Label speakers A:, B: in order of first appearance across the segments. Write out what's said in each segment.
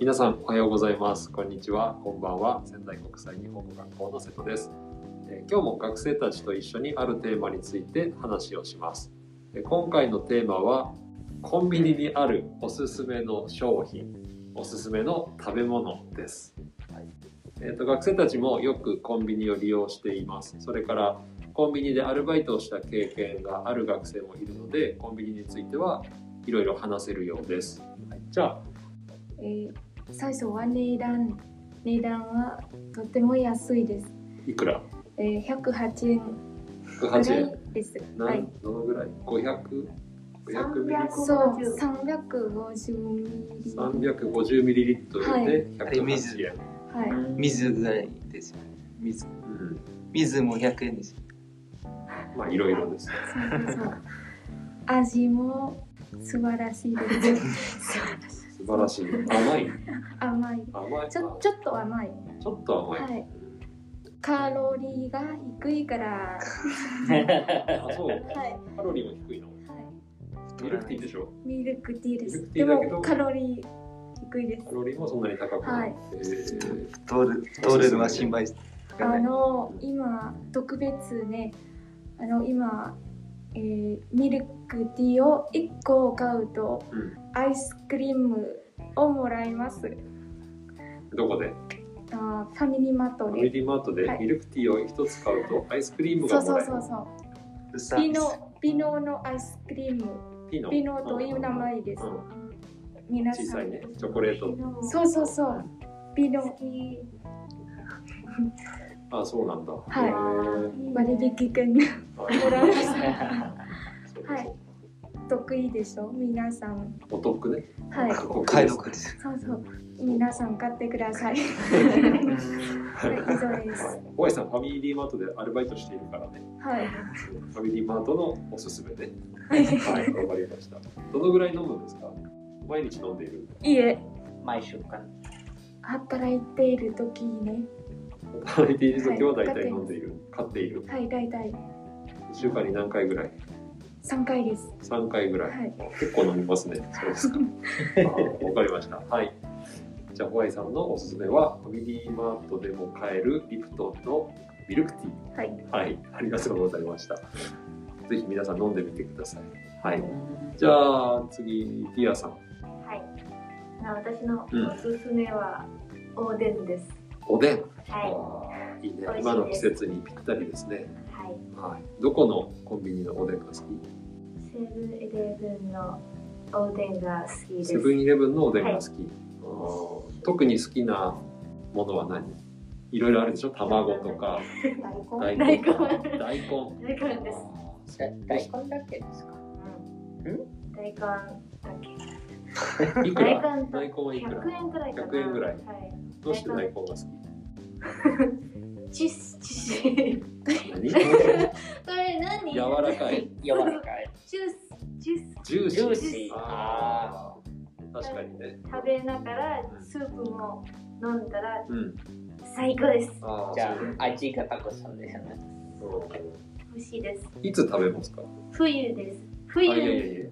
A: 皆さんおはようございますこんにちはこんばんは仙台国際日本語学校の瀬戸です、えー今日も学生たちと一緒にあるテーマについて話をしますで今回のテーマはコンビニにあるおすすめの商品おすすめの食べ物です、えー、と学生たちもよくコンビニを利用していますそれからコンビニでアルバイトをした経験がある学生もいるのでコンビニについてはいろいろ話せるようです、じゃあ
B: えー最初は値段値段はとても安いです、
A: いくら
B: えー108円ぐら
A: ?108 円。
B: いです
A: な
B: はい
A: んどのぐらい ?500?500 ミリ
B: そう350ミリは
A: ?350 ミリリットルで
C: あれ
A: 108
C: 水
A: 円。
B: い
C: 水ぐらいですよね。水。
A: うん
C: 水も100円ですよ。
A: まあいろいろです。
B: そうそうそう味も素晴らしいです 素晴らし
A: 素
B: い
A: 晴らしい。甘い。
B: 甘い
A: 甘い。
B: ちょちょっと甘い
A: ちょっと甘い。
B: はいカロリーが低いから
A: あ、そう。
B: はい、はい、
A: カロリーも低いの。ミルクティーでしょ
B: ミルクティーです
A: ミルクティ
B: で
A: ーだけど
B: もカロリー低いです
A: カロリーもそんなに高くない。
B: はい
A: えー
C: 太る、太るのは心配し
B: あ
C: ない。
B: の今特別ねあの今、えーミルクティーを1個買うと
A: うん
B: アイスクリームをもらいます
A: どこで
B: あーファミリーマー
A: フ
B: ト
A: ァミ
B: で
A: リーマートで
B: はい
A: ミルクティーを一つ買うとアイスクリーム
B: そ
A: が
B: う
A: も
B: そう
A: らえ
B: そ
A: る
B: うそ
C: ルサ
B: うピノピノのアイスクリーム
A: ピノ
B: ピノという名前です
A: うん
B: 皆
A: 小
B: さ
A: さい
B: ん、
A: ねチョコレート
B: そうそうそうピノ
A: あそうなんだ
B: はい
A: へー
B: 割引券がもらえます
A: そう
B: は
A: そ
B: いう 得意でしょ皆さん
A: お得ね
B: はい
C: お買い得です。
B: そうそう皆さん買ってく ださいはい以上です
A: はい小林さん、ファミリーマートでアルバイトしているからね、
B: はい
A: ファミリーマートのおすすめで、
B: はい
A: はい、わかりました。どのぐらい飲むんですか毎日飲んでいる。
B: いいえ、
D: 毎週間
B: 働いている時にね、
A: 働いている時は大体飲んでいる。買っている。
B: はい、大体
A: 1週間に何回ぐらい
B: 3回です。
A: ?3 回ぐら。
B: はいい、
A: 結構飲みますね。そうですか。あーわかりました。はい。じゃあ、ホワイさんのおすすめは、ファミリーマートでも買えるリプトンのミルクティー。
B: はい、
A: はい、ありがとうございました。ぜひ皆さん飲んでみてください。はい。じゃあ次、ティアさん。
E: はい。あ私の
A: うん
E: おすすめはおでんです。
A: おでん。
E: は
A: あーいいね
E: 美味しいです
A: 今の季節にぴったりですね。
E: い。はい。
A: はい。どこのコンビニのおでんが好き
E: セブンイレブンのおでんが好きです。
A: セブンイレブンのおでんが好き。あー特に好きなものは何いろいろあるでしょ卵とか大
E: 大
A: 根
E: 根。
A: とか大根。
E: 大根です。
A: あー
D: 大根だけですか
E: うん。大根だっ
A: そうい
E: け。
A: くら
E: 大根と
A: 大根はいくら
E: 100円くらいかな。
A: 100円くらい
E: は
A: どうして大根が好き
E: い。チスチス。
A: 何
E: これ何？
A: 柔らかい。
D: 柔らかい
E: チュースチュース。
A: ジューシ
D: ジュ
A: ー
D: ー。シーあ
A: あー確かにね。
E: 食べながらスープも飲んだら
A: うん。
E: 最高です。
A: あ
D: ー
A: ー
D: じゃ
A: そう
D: あ味がたくさんですよね
A: う
E: 美味しいです。
A: んいつ食べますか
E: 冬です。
A: あ
E: 冬
A: いやいやいや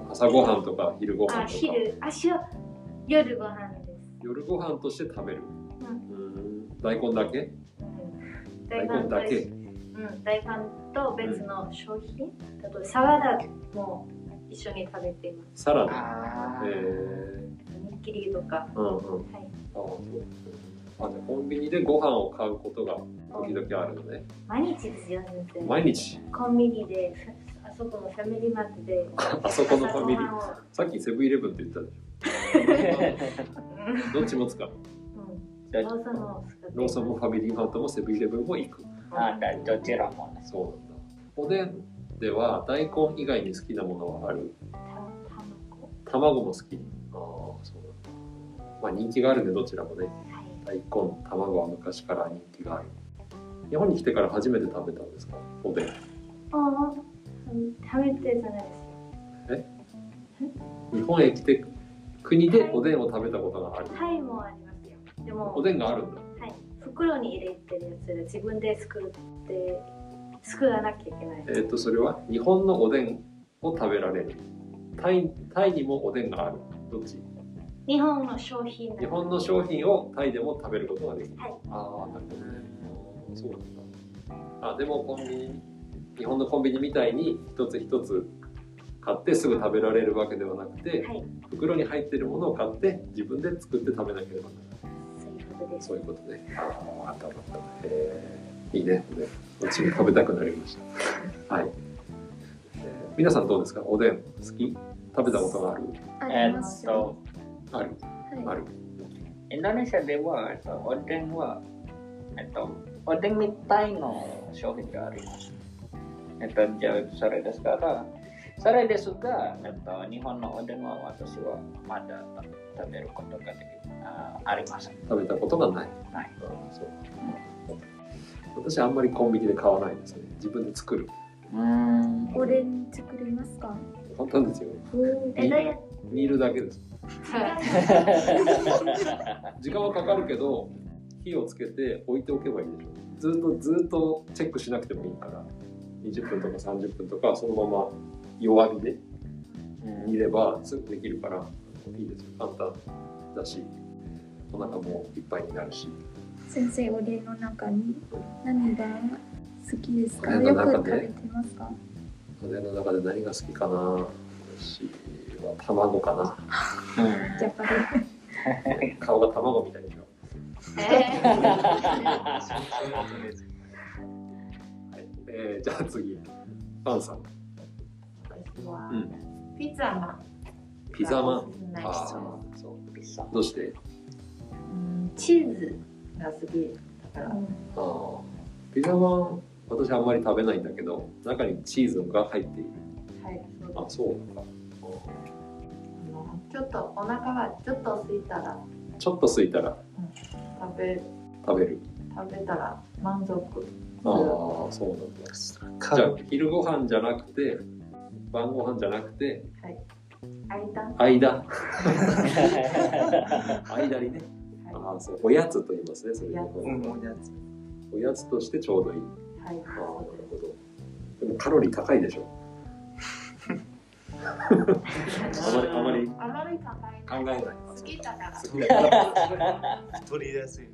A: うん朝ごはんとか昼ごはんと
E: あ、
A: か
E: 昼、あ、しは夜ご飯です。
A: 夜ご飯として食べる、
E: う
A: うん大根だけ
E: うん
A: 大根だけ
E: うん、大根と別の商品、だとサラダも一緒に食べていま
A: サラダ
D: あ
A: えー
D: ー
E: す。おにぎりとか、
A: うんうん
E: はい、
A: あそうあじゃあコンビニでご飯を買うことが時々あるのね
E: 毎日ですよね。
A: 毎日
E: コンビニで、ふあそこのファミリーマートで、
A: あそこのファミリー
E: 朝
A: さっきセブンイレブンって言ったでしょどっちも使う
E: ご飯をうん
D: じゃあ
E: ローソンを使って
A: ローソンもファミリーマートもセブンイレブンも行く
D: あだどちらもね
A: そうなんだおでんでは大根以外に好きなものはある
E: た卵
A: 卵も好き。ああ、そうなんだ。まあ人気があるね、どちらもね。
E: はい
A: 大根、卵は昔から人気がある。日本に来てから初めて食べたんですかおでん。
E: ああ、食べてじゃないですよ。
A: 日本へ来て、国でおでんを食べたことがある。
E: タイもありますよ。でも、
A: おでんがあるんだ。
E: はい、袋に入れてるやつで自分で作って作らなきゃいけない
A: えーっと、それは日本のおでんを食べられる。タイ、タイにもおでんがある。どっち
E: 日本の商品なの
A: 日本の商品をタイでも食べることができる。
E: はい
A: ああ、なるほどね。あーそうなんだ。あ、でもコンビニ、日本のコンビニみたいに一つ一つ買ってすぐ食べられるわけではなくて、
E: はい
A: 袋に入っているものを買って自分で作って食べなければならない。
E: そういうことです
A: そういうことね。あーあったあった。えー、いいね。ねうちも食べたくなりま した。はい。えー皆さんどうですかおでん好き食べたことがある
B: あ
D: え
B: ります
D: っ
B: よ。
D: と、
A: あるあ
B: はい。
A: る。
D: インドネシアでは、えっと、おでんは、えっと、おでんみたいな商品があります。えっと、じゃあ、それですから、それですが、えっと、日本のおでんは私はまだ食べることができあありません。
A: 食べたことがない。
D: はい
A: あーそう私あんまりコンビニで買わないんですよね。自分で作る。
D: うん
B: オレンジ作りますか。
A: 簡単ですよ。
E: えどうやっ
A: 煮るだけです。 時間はかかるけど、火をつけて置いておけばいいでしょ。ずっとずっとチェックしなくてもいいから、20分とか30分とかそのまま弱火で煮ればすぐできるからいいですよ。簡単だし、お腹もいっぱいになるし。
B: 先生、おでんの中に何が好きですか。
A: おでん
B: よ
A: の中
B: く食
A: で
B: べてますか。
A: 家庭の中で何が好きかな。私は卵かな。
B: やっぱり。
A: 顔が卵みたいでしょ。
E: えー
A: はいえーじゃあ次、パンさん。
F: 私は
A: うん
F: ピザマ
A: ピザマン。
F: ンが
A: あ
F: おすすめ
A: ーそう
D: ピ ザ。
A: どうして
F: うんチーズが好きだか
A: あ
F: ら、
A: ーピザマン、私あんまり食べないんだけど、中にチーズが入っている。
F: はいそう
A: あ、そうなんだ。あ
F: あのちょっとお腹がちょっと空いたら
A: ーちょっと空いたら
F: 食べ
A: 食べる。
F: 食べたら満足
A: ああ、そうなんだ。じゃあ、昼ご飯じゃなくて、晩ご飯じゃなくて、
F: 間
A: 間。間にね。あ
F: は
A: あ、そう。おやつと言いますね、それ。
C: うんおやつ
A: おやつとしてちょうどいい。
F: いはい
A: ああ、なるほど。でもカロリー高いでしょ。あまり、あまり
F: あまり考え
A: 考
F: な
A: えない。
F: い好きだから
A: 好きだから。
C: 太りやすいな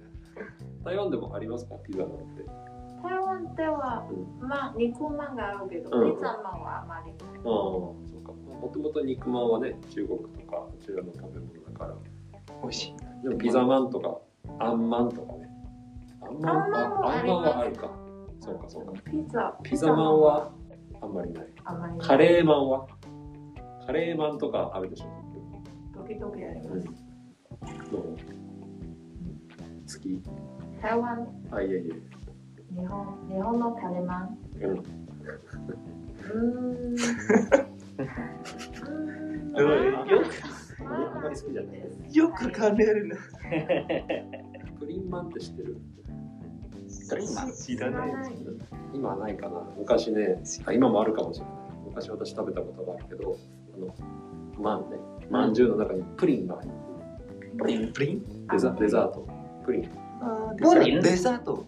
A: 台湾でもありますか、ピザなんて。あ
F: 台湾では
A: う
F: まあ肉まんがあるけど、
A: うん
F: ピザマンはあまりない
A: あ、そうか。もともと肉まんはね、中国とか、中国の食べ物だから。
C: 美味しい
A: でもピザまんとか、あんまんとかね。あんまん
F: あんまんも
A: あ
F: あ
A: ん
F: り
A: ま
F: ます
A: んはあるか。そうか、そうか。
F: ピザ
A: ピザまんはあんまりない。
F: あまりない
A: カレーまんはカレーまんとかあるでしょ。
F: 時々あります、
A: どう好き
F: 台湾
A: あ、いえい
F: 日本日本のカレーマン
A: え。うん
F: う ーん
C: でもよ
A: あんまり好きじゃない
F: です
C: よく考えるな
A: プリンマンって知ってる
C: 知らないですけど
A: 今はないかな昔ねあ今もあるかもしれない昔私食べたことがあるけどあのマンねまんじゅうの中にプリンが入って
C: プリンプリン
A: るデザデザートプリン
C: あー
D: プリン
C: デザート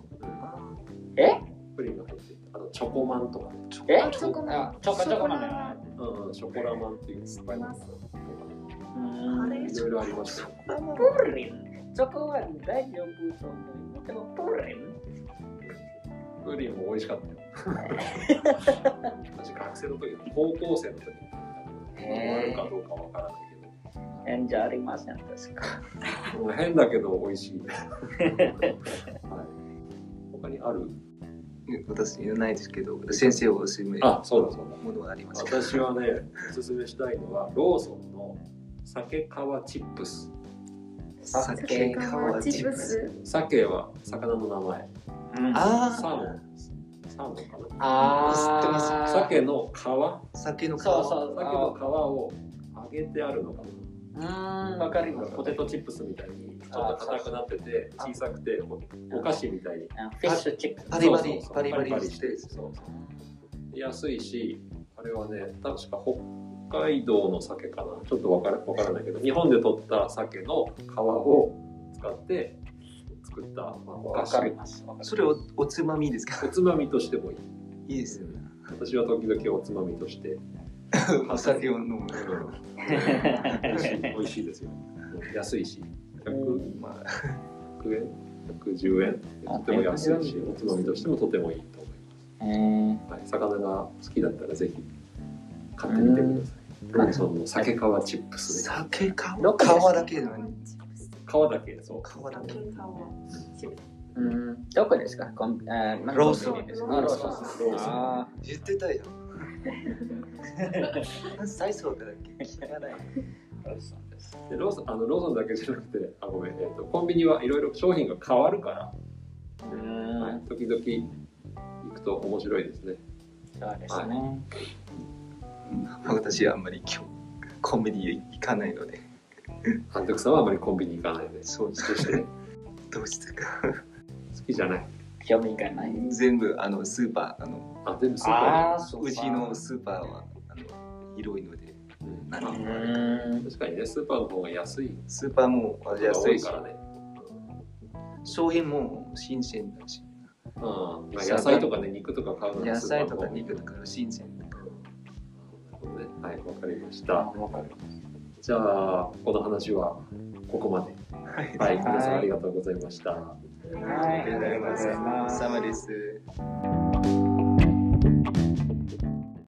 A: プリンが入ってるあとチョコマンとかね
D: え
B: あ、そこま
D: あチョコチョコなんだよね
A: うんうんショコラマンっていうスパイスとかねいろいろありましたよ
D: プリンそこは大丈夫と思うでもプリン
A: プリンも美味しかったよ 私学生の時高校生の時にあるかどうかわからないけど
D: えんじゃありませんですか
A: うん変だけど美味 しい。はい、他にある
C: 私言わないですけど先生おすすめも
A: あ、そうだそうだ。
C: のがありますか
A: 私はね、おすすめしたいのは、ローソンの酒皮チップス。
B: 酒川チップス。
A: 鮭は魚の名前。サ
C: あ
A: ーモン。サーモンか
D: あ
C: ー知ってます
A: な。鮭の皮鮭
C: あ酒の皮
D: そうそう
A: の皮を揚げてあるのか
D: うーん
A: な。
D: わかります
A: ポテトチップスみたいに、ちょっと硬くなってて、
D: あ
A: 小さくて、お菓子みたいに。
D: フィッシュチップ
C: パリパリ
A: そうそう
C: パリパリ
A: パリパリ
C: してる
A: そうそう安いしあれはね確か北海道の酒かなちょっとわからわからないけど日本で取った酒の皮を使って作った、まあ、お菓
D: わかり
A: 子
D: ます
C: それおおつまみですか
A: おつまみとしてもいい
C: いいですよね
A: 私は時々おつまみとして
C: お酒を飲む。
A: 美味しい美味しいですよ。安いし、100
C: ま
A: 円、110円、とても安いし、おつまみとしてもとてもいいと思い
D: えー、
A: ます。はい、魚が好きだったらぜひ買ってみてください。ローソンの酒皮チップ
C: あ、
A: スで、
C: 酒か。
D: どっかで
C: 皮だけなのに。
A: 皮だけ、そう。
C: 皮だけ。
D: うん、どこですかコンビあーまあ
C: ローソン
D: コビニです
A: ロ
D: かあ
A: ー
D: ロー
A: ソ
D: ソ
A: ン
D: ン。
A: ローソン。
D: あ
C: 言ってたじゃん。最初だっけ聞かない。
D: ーローソンです。
A: でローソンあのローソンだけじゃなくてあごめん、えー、とコンビニはいろいろ商品が変わるから、
D: うん、
A: はい時々行くと面白いですね
D: そうですね。
C: 私はあんまり今日コンビニ行かないので、
A: 監督さんはあまりコンビニ行かないで
C: そうです
A: そしてね
C: どうしてか。
A: 好きじゃない
D: 興味がない。
C: 全部あのスーパーあの
A: あ全部スーパ
D: ああ、そうか
C: うちのスーパーはあの広いので、
A: ーに、うん
C: な
A: ま
C: る
A: あ
C: ほど
D: うん。
A: 確かにねスーパーの方が安い
C: スーパーも安
A: 安
C: い
A: い
C: し
A: か、らね、
C: 商品も新鮮だし、
A: うんまあ、野菜とかね肉とか買うのが
C: 野
A: スーパー
C: 菜
A: の
C: と
A: 方
C: か
A: が
C: 肉とかが新鮮だから。
A: なるほどねはいわかりまし
D: あ
A: た
D: わかる。
A: じゃあこの話はここまではい皆さんありがとうございました、
C: ありがとうございます。お疲れ様です。
D: は